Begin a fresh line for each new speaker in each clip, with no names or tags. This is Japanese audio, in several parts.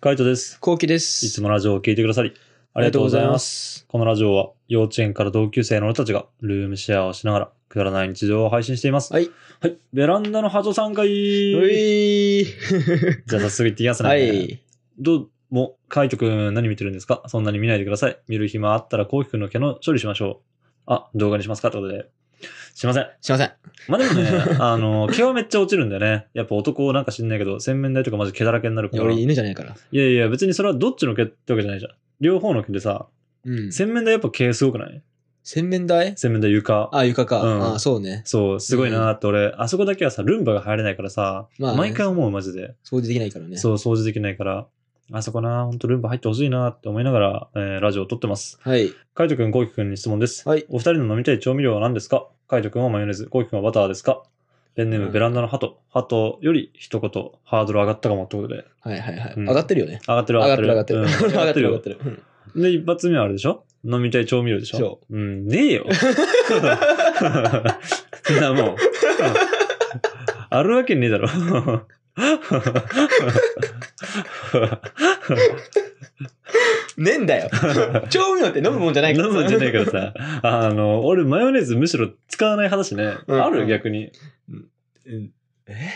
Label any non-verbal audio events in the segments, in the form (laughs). カイトです。
こうきで
いつ
す。
もラジオを聞いてくださり、ありがとうございます。
す。
このラジオは幼稚園から同級生の俺たちがルームシェアをしながらくだらない日常を配信しています。
はい。
はい。ベランダの波長さん会
ういー
じゃあ早速行ってきますね。
はい。
どうも、カイトくん何見てるんですかそんなに見ないでください。見る暇あったらコウキくんの毛の処理しましょう。あ、動画にしますかってことで。すいません。
すいません。
まあでも
(laughs)
ね、あの、毛はめっちゃ落ちるんだよね。やっぱ男なんか知んないけど、洗面台とかマジ毛だらけになる
い
か
や
ら。
俺
い
犬じゃないから。
やいや、別にそれはどっちの毛ってわけじゃないじゃん。両方の毛でさ、
うん。
洗面台やっぱ毛すごくない
洗面台
洗面台床。
あ、床か。
うん
あ、そうね。
そう、すごいなーって俺、あそこだけはさ、ルンバが入れないからさ、
まあね
毎回思うマジで。
掃除できないからね。
そう、掃除できないから、あそこな、ほんとルンバ入ってほしいなーって思いながら、えーラジオを撮ってます。
はい。
カイトくん、コウキくんに質問です。
はい
お二人の飲みたい調味料は何ですかカイトくんはマヨネーズ、コウキくんはバターですかペンネー
う
ム
ん
ベランダの鳩。鳩より一言、ハードル上がったかもってことで。
はいはいはい。
うん
上がってるよね。
上がってる
上がってる上がっ
て
て
る。
る。
うん
(laughs) 上がってる上がって
る
る。うん
よ。で、一発目はあれでしょ飲みたい調味料でしょ。
そう
ん、ねえよ。 (laughs) そんなもう。うんあるわけねえだろ。
ねえんだよ。 (laughs) 調味料って飲むもんじゃないから。
飲むんじゃ
(laughs)
ないから
ら。
さ。あの、俺マヨネーズむしろ使わない派だしね。
うん
ある逆に。
え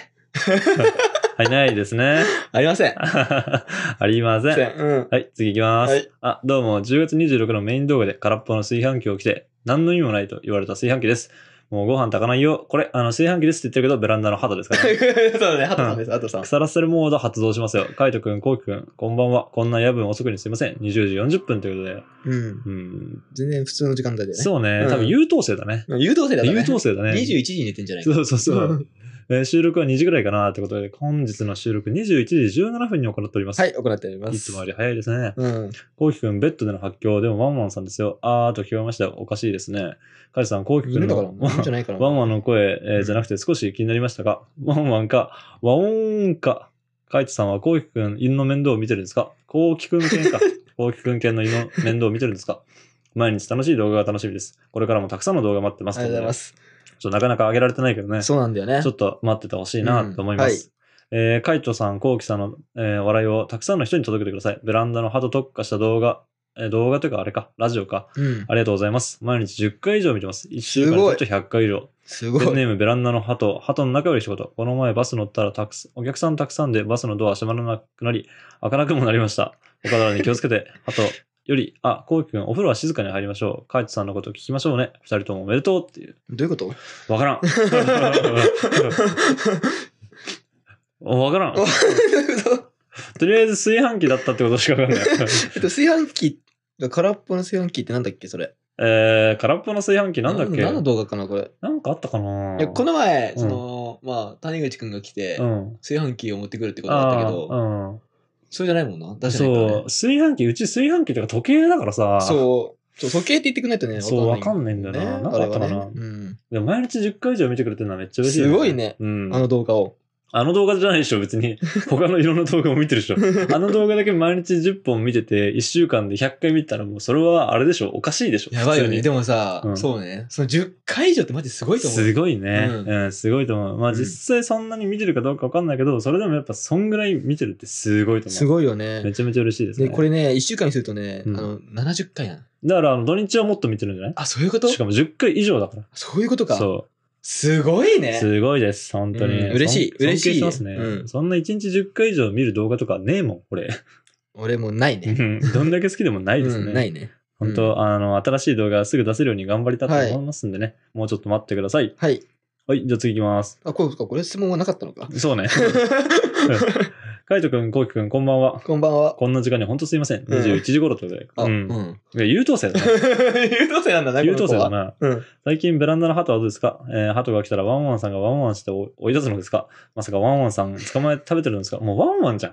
はい、ないですね。 (laughs)
ありません。
ありません。
うん。 (laughs)
はい、次行きます。
はい
あ、どうも、10月26のメイン動画で空っぽの炊飯器を着て、何の意味もないと言われた炊飯器です。もうご飯炊かないよ。これ、あの、炊飯器ですって言ってるけど、ベランダの肌ですから
そ
ね。
うね、ハトさんです、ハトさん。
腐らせるモード発動しますよ。カイトくん、コウキくん、こんばんは。こんな夜分遅くにすいません。20時40分ということで。
うん。
うん。
全然普通の時間帯でね。
そうね。
うん
多分優等生だね。
優等生だからね。
優等生だね。
21時に寝てんじゃないか
そうそうそう。えー収録は2時ぐらいかなってことで、本日の収録21時17分に行っております。
はい、行っております。
いつもより早いですね。
うん。
コウキくん、ベッドでの発狂、でもワンワンさんですよ。あーと聞こえましたよ。おかしいですね。カイさん、コウキくん
犬だ
の
から、
ワ
犬じ
ン
ゃないか
(laughs)
ら。
ワンワンの声、えー
うん
じゃなくて少し気になりましたが、ワンワンか、ワオーンか。カイトさんはコウキくん、犬の面倒を見てるんですかコウキくん犬
(laughs)
か。コウキくん犬の犬の面倒を見てるんですか毎日楽しい動画が楽しみです。これからもたくさんの動画待ってます。。
ありがとうございますす。
ちょっとなかなか上げられてないけどね。
そうなんだよね。
ちょっと待っててほしいなと思います。えーカイトさん、コウキさんの、えー笑いをたくさんの人に届けてください。ベランダの鳩特化した動画、えー動画というかあれか、ラジオか。
うん。
ありがとうございます。毎日10回以上見てます。1週
す
間
ご
で
い
ちょっと100回以上。
す
ペン
ごい。
ネームベランダの鳩、鳩の中より仕事。この前バス乗ったらたくさん、お客さんたくさんでバスのドア閉まらなくなり、開かなくもなりました。お体に気をつけて、 (laughs) 鳩より、あ、コウキくん、お風呂は静かに入りましょう。カイトさんのこと聞きましょうね。二人ともおめでとうっていう。
どういうこと
(laughs) わ
(laughs)
からん。わからん。
どういうこと
とりあえず炊飯器だったってことしか
(laughs)
わかんない。
えっと、炊飯器が空っぽの炊飯器ってなんだっけそれ。
えー、空っぽの炊飯器なんだっけ
何の動画かなこれ。
なんかあったかない
や、この前、
うん
その、まあ、谷口くんが来て
う、ん。
炊飯器を持ってくるってことだ
あ
ったけ
あ
ど、
ー、
それじゃないもんな。
うん。
確かに
そう、炊飯器、うち炊飯器とか時計だからさ、
そう。そう、時計って言ってくんないとね、
そうわかんないんだよ
ね
な。なん
あ
か
れ
あったか
はね
な。
うん。
でも毎日10回以上見てくれてるのはめっちゃ嬉しい、
すごいね。
うん。
あの動画を。
あの動画じゃないでしょ、別
(laughs)
に。他のいろんな動画も見てるでしょ。あの動画だけ毎日10本見てて、1週間で100回見たらもうそれはあれでしょ、おかしいでしょ。
やばいよ
普
ね。
通
で
に
もさ
う、ん
そうね。その10回以上ってマジすごいと思う。
すごいね、う
うん
ん。すごいと思う。まあ
うん
実際そんなに見てるかどうかわかんないけど、それでもやっぱそんぐらい見てるってすごいと思う。
すごいよ
め
ね。
ちゃめちゃ嬉しいですね。
で、これね、1週間にするとね、あ
うん
の、70回なの。
だからあの土日はもっと見てるんじゃない
あ、そういうこと
しかも10回以上だか
そういうこと
ら。
か。
そ。
すごいうね。
すごいです、本当に。
うん嬉しい
尊
嬉し
尊敬
い
しますね、
うん
そんな1日10回以上見る動画とかねえもん、これ。
俺もうないね。
(laughs) どんだけ好きでもないですね。
うんないね。
本当、あの、新しい動画すぐ出せるように頑張りたいと思いますんでね、もうちょっと待ってください。
はい。
はい、じゃあ次行きます。
あ、これ、これ質問はなかったの
(laughs)
か。
そうね。カイトくん、コウキくん、こんばんは。
こんばんは。
こんな時間に本当すいません。
うん
21時頃ってことで。
あ、
う。
うん
(laughs)
ん。
いや優等生だね。
優等生なんだな、
優等生だ
な。
な。
うん。
最近ベランダの鳩はどうですか、えー、鳩が来たらワンワンさんがワンワンして追追い出すのですかまさかワンワンさん捕まえて食べてるんですかもうワンワン
(laughs)
じゃん。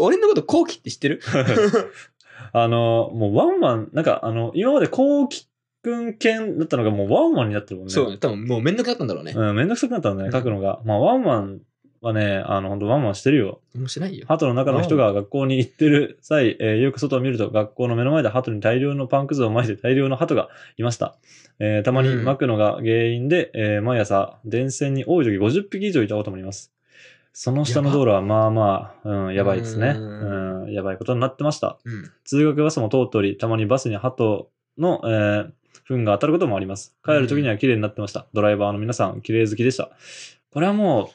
俺のこと、後期って知ってる
(laughs) あの、もうワンワン、なんかあの、今までコウキくん犬だったのがもうワンワンになってるもんね。
そうね。多分もうめんどくなったんだろうね。
うん、めんどくさくなったの
う
ね、
ん
書くのが。まあ、ワンワンはね、あの、本当ワンワンしてるよ。
面白いよ。
鳩の中の人が学校に行ってる際、えーよく外を見ると、学校の目の前で鳩に大量のパンくずを撒いて大量の鳩がいました。えーたまに
うん
撒くのが原因で、えー毎朝、電線に多い時50匹以上いたこともあります。その下の道路はまあまあ、うん、やばいですね。
う
うん、やばいことになってました。
うん。
通学バスも通っており、たまにバスに鳩の、えー糞が当たることもあります。帰る時には綺麗になってました。ドライバーの皆さん、綺麗好きでした。これはも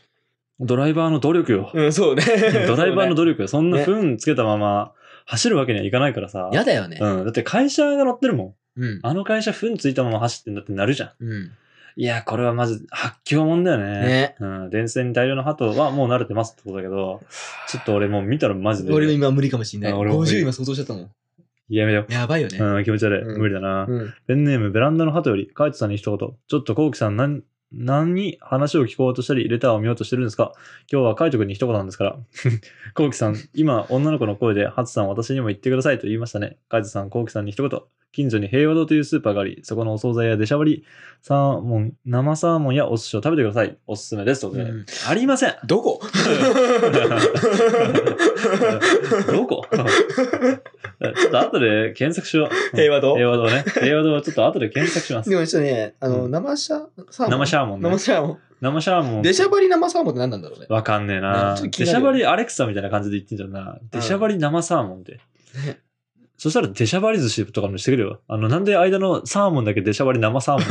う、ドライバーの努力よ。
うん、そうね。
(laughs)
(laughs)
ドライバーの
ど
努力よ。そんな
ね
糞つけたまま走るわけにはいかないからさ。
やだよね。
うん。だって会社が乗ってるもん。
うん。
あの会社糞ついたまま走ってんだってなるじゃん。
うん。
いや、これはまず発狂もんだよね。
ね
うん。電線に大量の鳩はもう慣れてますってことだけど、ちょっと俺もう見たらマジで。
俺も今無理かもしんない。
あ俺も無理
50今想像しちゃったもん。
やめよう。
やばいよね。
うん、気持ち悪い。
うん
無理だな。
うん。
ペンネームベランダの鳩より、カイトさんに一言。ちょっとコウキさん、何、何に話を聞こうとしたり、レターを見ようとしてるんですか今日はカイト君に一言なんですから。 (laughs) コウキさん、今、女の子の声で、ハツさん、私にも言ってくださいと言いましたね。カイトさん、コウキさんに一言。近所に平和堂というスーパーがあり、そこのお惣菜や出しゃばり、サーモン、生サーモンやお寿司を食べてください。おすすめです。ということで
うん
ありません。
どこ
ど (laughs) こちょっと後で検索しよう。
(laughs) 平和堂
平和堂ね。平和堂はちょっと後で検索します
で。もちょっとね、あ
う
の、
ん
生シャ、サーモン
生シャーモンね
生。シャーモン。
生シャーモン。
出しゃばり生サーモンって何なんだろう (laughs) ね。
わかんねえな。
ちょっと気
出
に
し
な
ゃ
る
ばりアレクサみたいな感じで言ってんじゃんな。出しゃばり生サーモンって。
ね
そしたら出しゃばり寿司とかにしてくれよ。あの、なんで間のサーモンだけ出しゃばり生サー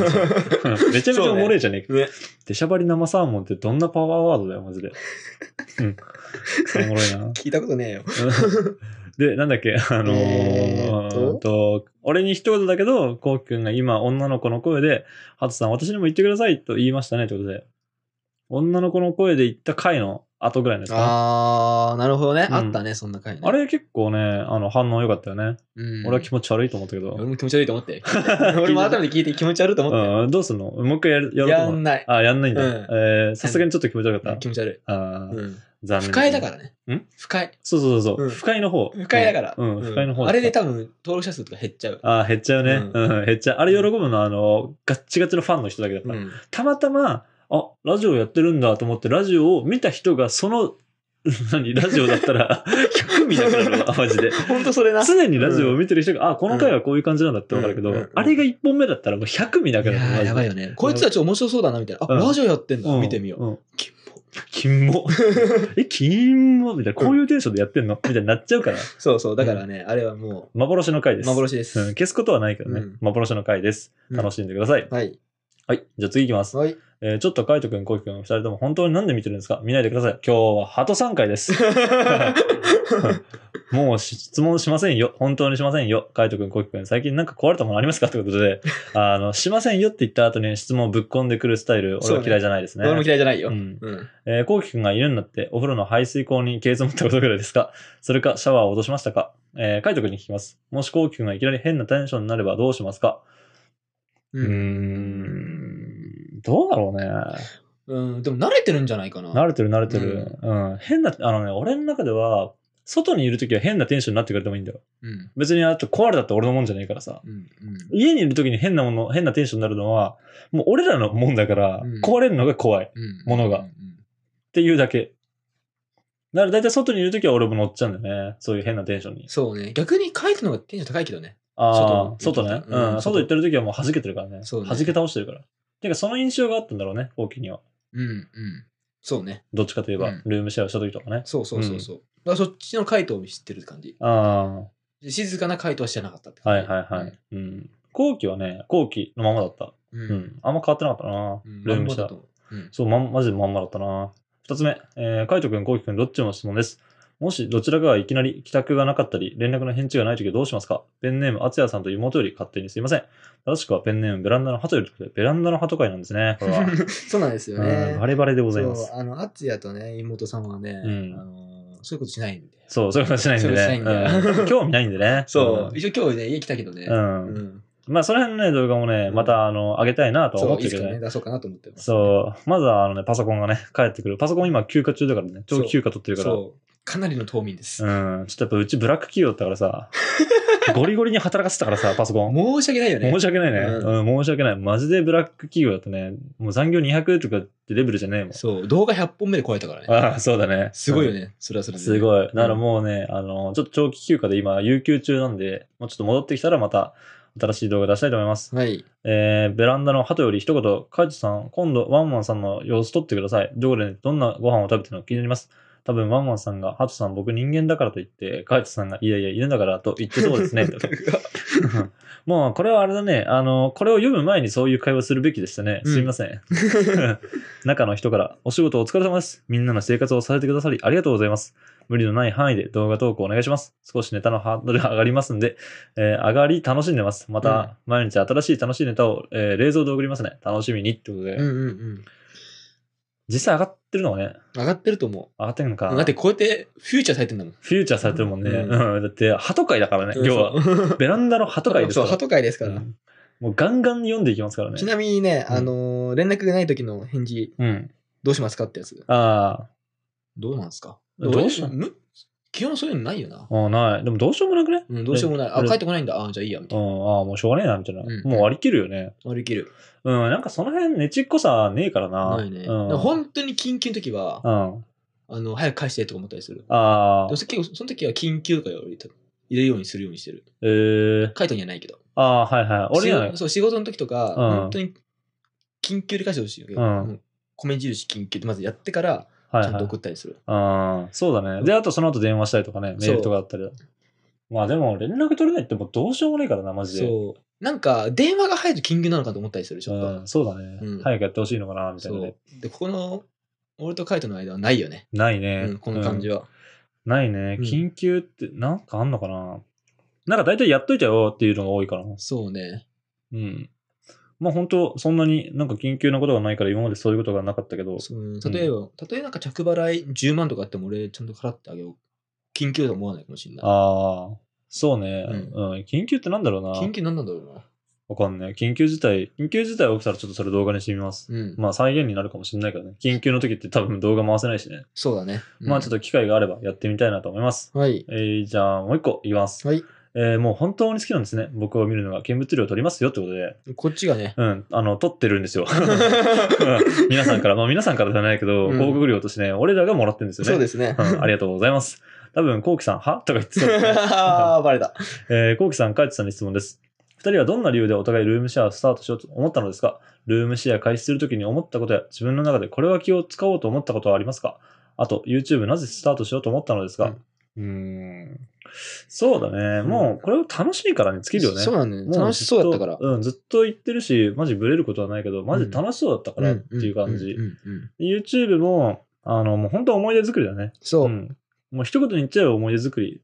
モンにす
(laughs)
るめちゃめちゃおもれえじゃねえか。
そうねね
出しゃばり生サーモンってどんなパワーワードだよ、マジで。
(laughs)
うん。おもろいな。
聞いたことねえよ。
(laughs) で、なんだっけ、あのー
えーっと
うーんと俺に一言だけど、こうきくんが今、女の子の声で、ハトさん、私にも言ってくださいと言いましたねってことで、女の子の声で言った回の後ぐらいのやつかな。あ
(laughs) あー、なるほどね。
うん
あったね、そんな回ね。
れ結構ね、あの反応良かったよね。
うん
俺は気持ち悪いと思ったけど
俺。も気持ち悪いと思って。 (laughs) 俺も改めて聞いて気持ち悪いと思っ
うん、どうすんのもう一回やるや
て。
ろうと
や
思うん
ない。
あ、やんないんだ。
うん
えーさすがにちょっと気持ち悪かった。
気持ち悪
あ
い。
ー
うん
残念。
不快だからね。
ん
不快。
そうそうそうそう、
うん
不快の方。
不快だから。
うん、うん不快の方だった。
あれで多分、登録者数とか減っちゃう。
あー減っちゃうね、う。
うん
減っちゃう。あれ喜ぶのは、あの、ガッチガチのファンの人だけだから。
(laughs) うん
たまたま、あ、ラジオやってるんだと思って、ラジオを見た人が、その、 (laughs) 何、ラジオだったら、100見なく (laughs) なるわ、マジで。
ほんとそれな。
常にラジオを見てる人が、あ、この回はこういう感じなんだってわかるけど、
うんうんうん
あれが1本目だったらもう100見なくなるマジ
や
で。
やばいよね。こいつたち面白そうだな、みたいな。あ、
うん
ラジオやってんだ。
うん
見てみよう。
うん
キ
金も。 (laughs) え、金もみたいな、こういうテンションでやってんのみたいになっちゃうから、
そうそう。だからね、あれはも
幻の回で
う、
す。
幻で
うん、
す。
消すことはないけどね、
うん
幻の回です。楽しんでください。
はい。
はい、じゃあ次いきます。
(laughs) はい。
えーちょっとカイトくん、コウキくん、二人とも本当になんで見てるんですか見ないでください。今日はハト3回です。 (laughs) もう質問しませんよ。本当にしませんよ。カイト君、コキ君、最近なんか壊れたものありますかってことで、あの、しませんよって言った後に質問をぶっ込んでくるスタイル、俺は嫌いじゃないですね。
俺も嫌いじゃないよ。
うん
うん。
えー、コウキ君が犬になってお風呂の排水口に消え積もったことぐらいですかそれかシャワーを落としましたかえー、カイト君に聞きます。もしコウキ君がいきなり変なテンションになればどうしますかうー
うん。
ん、どうだろうね。
うん。でも慣れてるんじゃないかな。
慣れてる慣れてる。うん。変な、あのね、俺の中では、外にいるときは変なテンションになってくれてもいいんだよ。
うん。
別にあと壊れたって俺のもんじゃないからさ。
うん。
家にいるときに変なもの、変なテンションになるのは、もう俺らのもんだから
う、ん
壊れるのが怖いっ
うん。
ものが
うん。
ていうだけ。だから大体外にいるときは俺も乗っちゃうんだよね。そういう変なテンションに。
そうね。逆に書いてるのがテンション高いけどね。
ああ、外
外
ね。
うん
うん。外行ってるときはもう弾けてるからね。
そうね
弾け倒してるから。てかその印象があったんだろうね、大きには。
うん。うん。そうね。
どっちかといえば
うん、
ルームシェアをしたときとかね。
そうそうそうそう。だからそっちの回答を知ってる感じ。
あ
静かな回答はしてなかったって
あ、
感
は
じ
いはいはい。うん。後期はね、後期のままだった。
うん。う。
うんん。あんま変わってなかったな。
うん
ルームシェア。。
うん。
そう、まん、マジでまんまだったな。二つ目、えー、カイト君、コウキ君、どっちも質問です。もし、どちらかがいきなり帰宅がなかったり、連絡の返事がないときはどうしますかペンネーム、あつやさんと妹より勝手にすいません。正しくはペンネーム、ベランダの鳩よりということで、ベランダの鳩会なん (laughs) ですね、これは。う
(laughs) そうなんですよね
ん、バ。レバレでござい
そ
ま
う
す。
あの、アツヤとね、妹さんはね、
うん
あのそういうことしないんで。
そう、そういうことしないんでね。
そういうことしないんだよ
(laughs) うん興味ないんでね。
うん一応今日ね、家来たけどね。
うん。うん。
ん。
まあ、その辺のね、動画もね、また、あの、上げたいなとは
そ
思っ
う、
て
いい
るけ
つか
どね
ね、。出そうかなと思ってます。
そう。まずは、あのね、パソコンがね、帰ってくる。パソコン今休暇中だからね、長期休暇取ってるから。
そう。かなりの冬眠です。
うん、ちょっとやっぱうちブラック企業だったから
(laughs)
さ、ゴリゴリに働かせてたからさ、パソコン。
申し訳ないよね。
申し訳ないね、
う
うん。申し訳ない。マジでブラック企業だったね。もう残業200とかってレベルじゃねえもん。
そう。動画100本目で超えたからね。
ああ、そうだね。
すごいよ
ね。
ね。それはそれで。
すごい。だからもうね、あの、ちょっと長期休暇で今、有給中なんで、もうちょっと戻ってきたらまた、新しい動画出したいと思います。
はい。
えー、ベランダの鳩より一言、カイトさん、今度ワンワンさんの様子撮ってください。どこでどんなご飯を食べてるのか気になります。多分ワンワンさんが、ハトさん僕人間だからと言って、カイトさんが、いやいや、犬だからと言ってそう
(laughs)
ですね。と (laughs) もうこれはあれだね、あの、これを読む前にそういう会話するべきでしたね。
うん
すみませ
(laughs)
ん。中の人から、お仕事お疲れ様です。みんなの生活をされてくださり、ありがとうございます。無理のない範囲で動画投稿お願いします。少しネタのハードルが上がりますんで、えー上がり楽しんでます。ま
うん
た、毎日新しい楽しいネタを、えー冷蔵で送りますね。楽しみにってことで。
うんうんうん。
実際上がってるのはね、
上がってると思
上がってるのか
う。だ。ってこうやってフューチャーされてんだもん。
フューチャーされてるもんね。
う
うん。だって、鳩会だからね、要は。
は。
ベランダの鳩会です
そ
から。
う、鳩会ですから。
うんもうガンガン読んでいきますからね
ち。なみにね、
うん
あのー連絡がない時の返事、
うん。
どうしますかってやつ。
あ
どうなんですか
どうした
む基本そういうのないよな
あ。。ああ、ない。でもどうしようもなくね。
うん、どうしようもない。
う
あ、
ん
帰ってこないんだ。あ、じゃあいいや、み
う
た
ん。
い
あ
な。
あ、もうしょうがねえな、みたいな。
うん
もう割り切るよね。
割り切る。
うん。なんかその辺、ねちっこさねえからな。
ないね。だ
う
か
ん。
ら本当に緊急の時は、
うん。
あの、早く返してとか思ったりする。で
ああ
も、そ結構その時は緊急とかよりと入れるようにするようにしてる。
えー。
カイトにはないけど。
ああー、はいはい。俺には
仕事そう、仕事の時とか、
うん
本当に緊急で返してほしい
う
よ。
ん
もう米印緊急ってまずやってから、
は
ち
い
ゃん
は
と
い
送ったりする。
ああ、そうだね。で、あとその後電話したりとかね、メ
そう
ールとかだったりだ。まあでも連絡取れないってもうどうしようもないからな、マジで。
そう。なんか、電話が入ると緊急なのかと思ったりする、ちょっと。
うん、そうだね、
うん
早くやってほしいのかな、みたい
そ
な
う
ね。。
で、ここの、俺とカイトの間はないよね。
ないね、
うん、この感じ
は、
は。
ないね。
うん
緊急ってなんかあんのかな、なんか大体やっといたよっていうのが多いからな。
そうね。
うん。まあ本当そんなになんか緊急なことがないから今までそういうことがなかったけど。
そう例えば、例えばなんか着払い10万とかあっても俺ちゃんと払ってあげよう。緊急だと思わないかもしれない。
ああ、そうね、
うん
うん。緊急ってなんだろうな。
緊急なんなんだろうな。
わかんない。緊急事態、緊急事態起きたらちょっとそれ動画にしてみます。
うん。
まあ再現になるかもしれないけどね。緊急の時って多分動画回せないしね。
そうだね。
まあちょっ
っ
と機会があればやってみたいなと思います。
と。はい。
えー、じゃあもう一個言います。
はい。
えー、もう本当に好きなんですね。僕を見るのが見物量を取りますよってことで。
こっち
(laughs)
がね。
うん、あの、取ってるん (laughs) ですよ。うん皆さんから、まあ皆さんからじゃないけど、
うん
広告料としてね、俺らがもらってるんですよね。。
そうですすね。
ん、ありがとうございます。多分、コウキさん、はとか言ってた、ね。
あー (laughs) バレた。
えー、コウキさん、カイトさんに質問です。二人はどんな理由でお互いルームシェアをスタートしようと思ったのですかルームシェア開始するときに思ったことや、自分の中でこれは気を使おうと思ったことはありますかあと、YouTube なぜスタートしようと思ったのですかうーん。そうだね。
うん
もう、これは楽しいからね、尽きるよね。
そうなんだよ
も
ね。楽しそうだったから
ず。とうん、ずっと言ってるし、マジブレることはないけど、マジ楽しそうだったからっていう感じ
うん。うんうんうん。
YouTube も、あの、もう本当思い出作りだね。
そうう。
ん。もう一言に言っちゃえば思い出作り。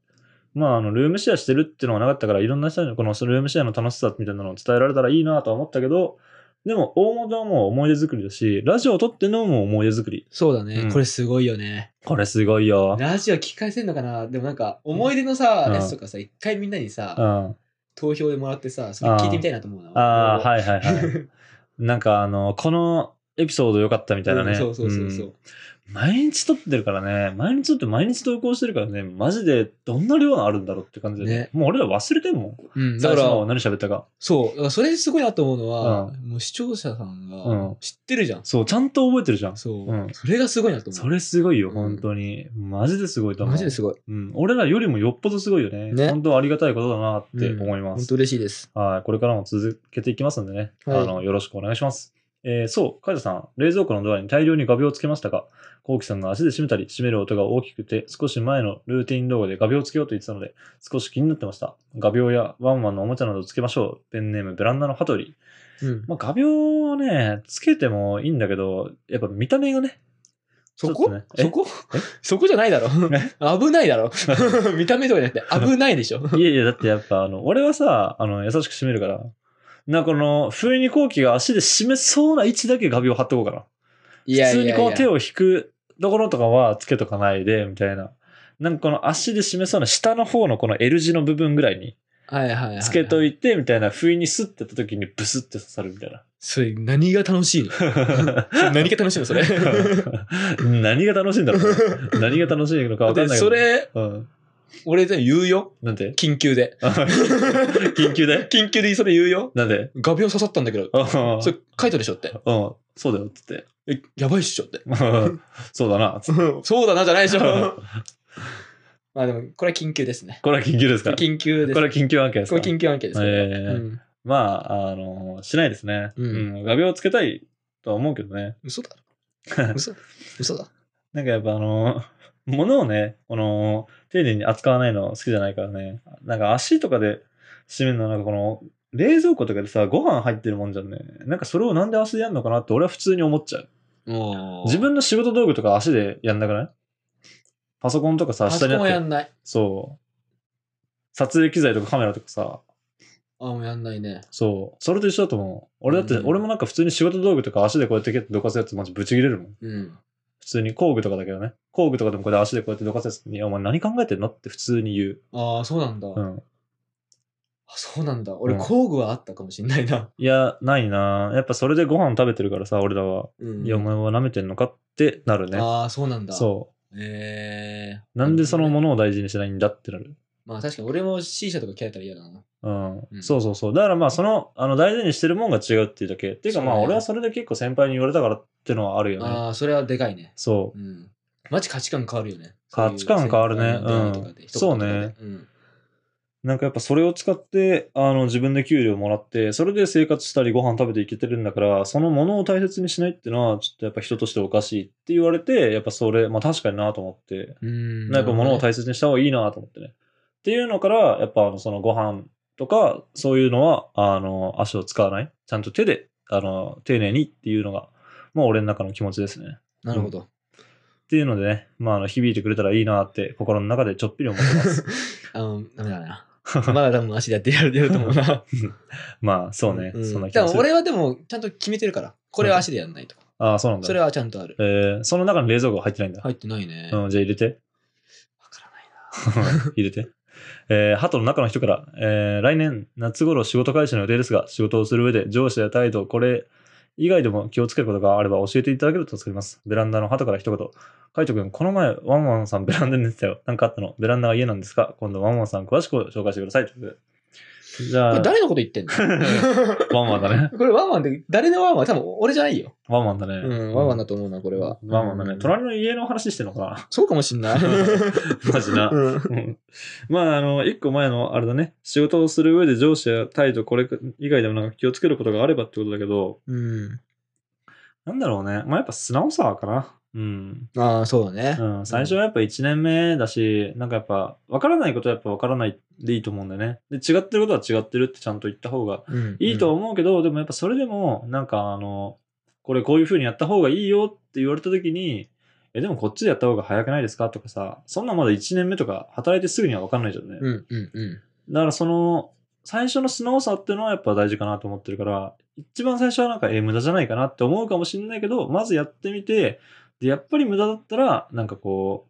まあ、あの、ルームシェアしてるっていうのがなかったから、いろんな人にこのルームシェアの楽しさみたいなのを伝えられたらいいなとは思ったけど、でも、大元はもう思い出作りだし、ラジオを撮ってんのも思い出作り。
そうだ
う
ね
ん。
これすごいよね。
これすごいよ。
ラジオ聞き返せんのかなでもなんか思い出のさ、
うん
やつとかさ一回みんなにさ、
うん。
投票でもらってさそれ聞いてみたいなと思うな
ああー、
い
はいはい
(laughs)
はい。なんか、あの、このエピソード良かったみたいなね。
そうそうそうそう、
ん毎日撮ってるからね、毎日撮って毎日投稿してるからね、マジでどんな量があるんだろうって感じで、
ね
もう俺ら忘れてんもん。
うん、だ
だ
か
からら、何喋ったか。
そうだからそれすごいなと思うのは、
う
もう視聴者さん
う
が
ん
知ってるじゃん、
そう、ちゃんと覚えてるじゃん。
そう、
うん
それがすごいなと思う
それすごいよ、
うん
本当に。マジですごいと思う。
マジですごい
うん。俺らよりもよっぽどすごいよね。
ね
本当ありがたいことだなって思いま
本
す。
当嬉しいです
はい、これからも続けていきますんでね、
はい
あのよろしくお願いします。えーそう、カイトさん、冷蔵庫のドアに大量に画鋲をつけましたが、コウキさんが足で閉めたり閉める音が大きくて、少し前のルーティン動画で画鋲をつけようと言ってたので、少し気になってました。画鋲やワンワンのおもちゃなどをつけましょう。ペンネーム、ベランダのハトリ。
うん
まあ、画鋲はね、つけてもいいんだけど、やっぱ見た目がね、
そこ、
ちょっとね
そこ
え
(laughs) そこじゃないだろ
え
危ないだろ (laughs) 見た目とかじゃなくて危ないでしょ
いやいや、だってやっぱ、あの、俺はさ、あの、優しく締めるから、なんかこの、不意に後期が足で締めそうな位置だけ画鋲貼っとこうかな。
いやいやいや
普通にこう手
を
を引くところとかはつけとかないで、みたいな。なんかこの足で締めそうな下の方のこの L 字の部分ぐらいに
はいはいはいはい
つけといて、みたいな、不意にスッてやった時にブスって刺さるみたいな。
それ何が楽
(laughs)
しいのそれ何が楽しいのそれ
(laughs) 何が楽しいんだろうね。何が楽しいのか分かんな
で
いけど。
そ、れ、
うん。
俺で言うよ。
なんて。
緊急で
(laughs) 緊急で
緊急でそれ言うよ。
なんで (laughs)
画鋲刺さったんだけど、
うん
それ書いたでしょって。
うん、そうだよ、つって。
え、やばいっしょって。
そうだな。
そうだな、じゃないでしょ。 (laughs) まあでも、これは緊急ですね。
これは緊急ですか
緊急です。
これは緊急案件です
こ
か
れ緊急案件ですね。
ええ
うん
まあ、あの、しないですね。
うん
うん。画鋲をつけたいとは思うけどね。 (laughs)
嘘だ。嘘だ。嘘だ。
なんかやっぱあの、物をね、この、丁寧に扱わないの好きじゃないからね。なんか足とかで締めるのはなんかこの、冷蔵庫とかでさ、ご飯入ってるもんじゃんね。なんかそれをなんで足でやるのかなって俺は普通に思っちゃう。自分の仕事道具とか足でやんなくないパソコンとかさ、
明日
下に
に
あ
もや
って。
んない。
そう。撮影機材とかカメラとかさ、
あ、もうやんないね。
そう。それと一緒だと思う。俺だって、
うん
俺もなんか普通に仕事道具とか足でこうやって蹴ってどかすやつマジブチ切れるもん。
うん。
普通に工具とかだけどね。工具とかでもこれで足でこうやってどかすやつに、お前何考えてんのって普通に言う。
ああ、そうなんだ。
う
あ
ん。
そうなんだ。俺、
うん
工具はあったかもしんないな。
いや、ないなやっぱそれでご飯食べてるからさ、俺らは。
うん
いや、お前は舐めてんのかってなるね。
ああ、そうなんだ。
そ
ええ
う。なんでその
なるほどね
ものを大事にしないんだってなる。
まあ確かに俺も C 社とか蹴られたら嫌だな。
うん
うん
そうそうそう。だからまあ、その、あの、大事にしてるもんが違うっていうだけ。っていうかまあ、
そうね
俺はそれで結構先輩に言われたからってのはあるよね。
ああ、それはでかいね。
そう
う。ん。マジ価値観変わるよね。
価値観変わるねうんそうね。なんかやっぱそれを使って、あの、自分で給料もらって、それで生活したりご飯食べていけてるんだから、そのものを大切にしないっていうのは、ちょっとやっぱ人としておかしいって言われて、やっぱそれ、まあ確かになと思って、
うん。
なんかものを
大
大切にした方がいいなと思ってね。っていうのから、やっぱあの、そのご飯とか、そういうのは、あの、足を使わない。ちゃんと手で、あの、丁寧にっていうのが、もう俺の中の気持ちですね。
なるほど。
っていうのでね、まあ、あの、響いてくれたらいいなって、心の中でちょっぴり思
(laughs)
ってます。
あの、ダメだな。まだ多分足でやってやるやると思うな。
まあ、 (laughs) そうね。
ん
そんな気
で
が
も
する。
俺はでも、ちゃんと決めてるから。これは足でやんないとか。
ああ、そうなんだ。
それはちゃんとある。
えー、その中に冷蔵庫入ってないんだ。
入ってないね。
うん、じゃあ入れ
(laughs)
て。
わからないな。
入れて。えー、鳩の中の人から、えー、来年夏頃仕事開始の予定ですが、仕事をする上で上司や態度、これ以外でも気をつけることがあれば教えていただけると助かります。ベランダの鳩から一言。カイト君、この前、ワンワンさんベランダに寝てたよ。なんかあったのベランダが家なんですか今度ワンワンさん詳しく紹介してください。ということでじゃ
こ
あ
れ、誰のこと言ってんの
(laughs) ワンワンだね。
(laughs) これワンワンって、誰のワンワン多分俺じゃないよ。
ワンワンだね。
うん、ワンワンだと思うな、これは。
ワンワンだ
う
ね。
ん
隣の家の話してんのか
そうかもし
(laughs)
ん (laughs) ない。
なマジな。
うん
うんまあ、あの、一個前の、あれだね、仕事をする上で上司や態度、これ以外でもなんか気をつけることがあればってことだけど、
うん。
なんだろうね、まあやっぱ素直さかな。うん。
ああ、そうだね。
うん、最初はやっぱ1年目だし、なんかやっぱ、わからないことはやっぱわからないでいいと思うんだよね。で、違ってることは違ってるってちゃんと言った方が
うん
いいとは思うけど、でもやっぱそれでも、なんかあの、これこういう風にやった方がいいよって言われた時に、え、でもこっちでやった方が早くないですかとかさ、そんなんまだ1年目とか働いてすぐにはわかんないじゃんね。
うんうんうん。
だからその最初の素直さっていうのはやっぱ大事かなと思ってるから一番最初はなんかえー無駄じゃないかなって思うかもしれないけどまずやってみてでやっぱり無駄だったらなんかこ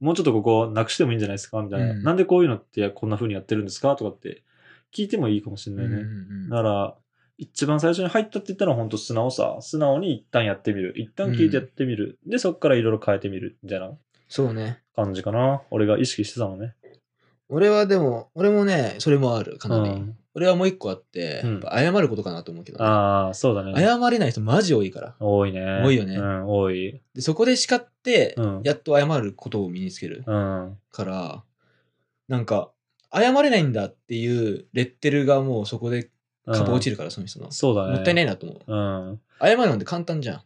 うもうちょっとここなくしてもいいんじゃないですかみたいな、
うん
なんでこういうのってこんな風にやってるんですかとかって聞いてもいいかもしれ
うん
ないうね、
ん
だから一番最初に入ったって言ったら本当素直さ素直に一旦やってみる一旦聞いてやってみる、でそっからいろいろ変えてみるみたいな
そうね。
感じかな俺が意識してたのね
俺はでも、俺もね、それもある、かなり。
うん
俺はもう一個あって、
うん
やっぱ謝ることかなと思うけど、
ああそうだね
謝れない人マジ多いから。
多いね。
多いよね
うん、多い。
でそこで叱って、
うん
やっと謝ることを身につける
うん。
から、なんか、謝れないんだっていうレッテルがもうそこで株落ち
る。
るから、その人の。
そうだね。。
もったいないいなと思う。
うん。
謝るなんて簡単じゃん。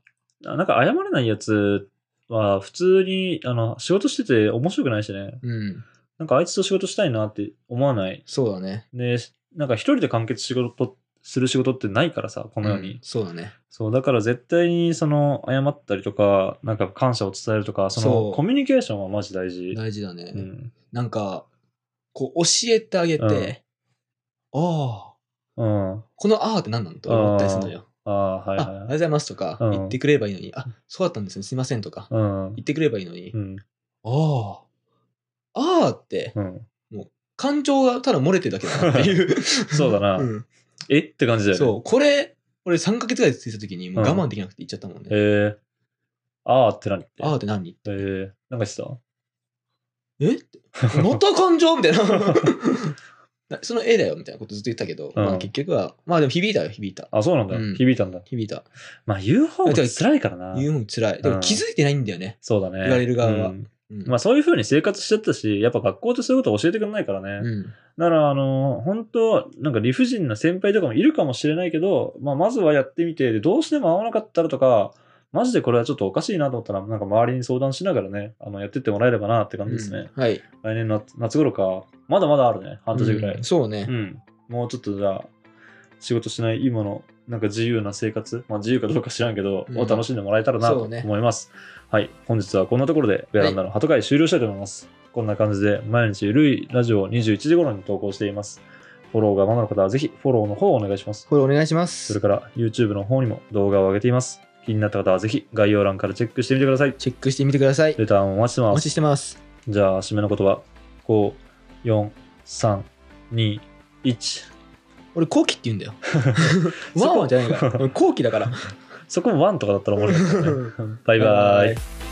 あなんか謝れないやつは、普通に、あの、仕事してて面白くないしね。
うん。
なんかあいつと仕事したいなって思わない。
そうだね。
で、なんか一人で完結仕事する仕事ってないからさ、このように。
うんそうだね。
そう、だから絶対にその、謝ったりとか、なんか感謝を伝えるとか、そ
そ
の
う
コミュニケーションはマジ大事。
大事だね。
うん。
なんか、こう、教えてあげて、ああ、
うん。あ
このああって何なのと思ったりするのよ。
あー、
あ
はい
ありがとう
はい。
ございますとか、
うん
言ってくれればいいのに、あそうだったんですね、すいませんとか、
うん
言。ってくれればいいのに、
うん。
ああ、ああって、
うん。
感情がただ漏れてるだけだなっていう。
(laughs) そうだな
ん
えって感じだよね。
そう、これ、俺3ヶ月ぐらいついた時に、もう我慢できなくて言っちゃったもんね。
えー、あーって何って。
ああって何
えー、なんかしてた
えってまた感情みたいな。 (laughs) なその絵だよみたいなことずっと言ったけど、
うん
まあ結局は、まあでも響いたよ、響いた。
あ、そうなんだ。
うん
響いたんだ。
響いた。
まあ、言う方も辛いからな。
言うのも辛い。で
う
も
ん
気づいてないんだよね。
そうだね。
言われる側は
うん
うん
まあそういう風に生活してたし、やっぱ学校ってそういうこと教えてくれないからね。
うん
だから、あの、本当なんか理不尽な先輩とかもいるかもしれないけど、まあ、まずはやってみて、で、どうしても合わなかったらとか、マジでこれはちょっとおかしいなと思ったら、なんか周りに相談しながらね、あの、やってってもらえればなって感じですね。
うんはい。
来年夏夏頃か。まだまだあるね。半年ぐらい。
う
うんん。
そうね。
もうちょっとじゃあ、仕事しない今の、なんか自由な生活、まあ自由かどうか知らんけど、
うん
を楽しんでもらえたらなと
そうね
思います。はい。本日はこんなところで、ベランダの鳩会終了したいと思います。こんな感じで、毎日ゆるいラジオを21時頃に投稿しています。フォローがまだの方はぜひフォローの方をお願いします。
これお願いしま
それ
す。
から、YouTube の方にも動画を上げています。気になった方はぜひ概要欄からチェックしてみてください。
チェックしてみてください。
レターもお待ちして
お
ます
待。ちしてます。
じゃあ、締めの言葉。5、4、3、2、1。
俺、後期って言うんだよ。 (laughs) ワンワンじゃないから。俺後期だから。
そこも1とかだったら面白かったね。バイバイ。
バイバイ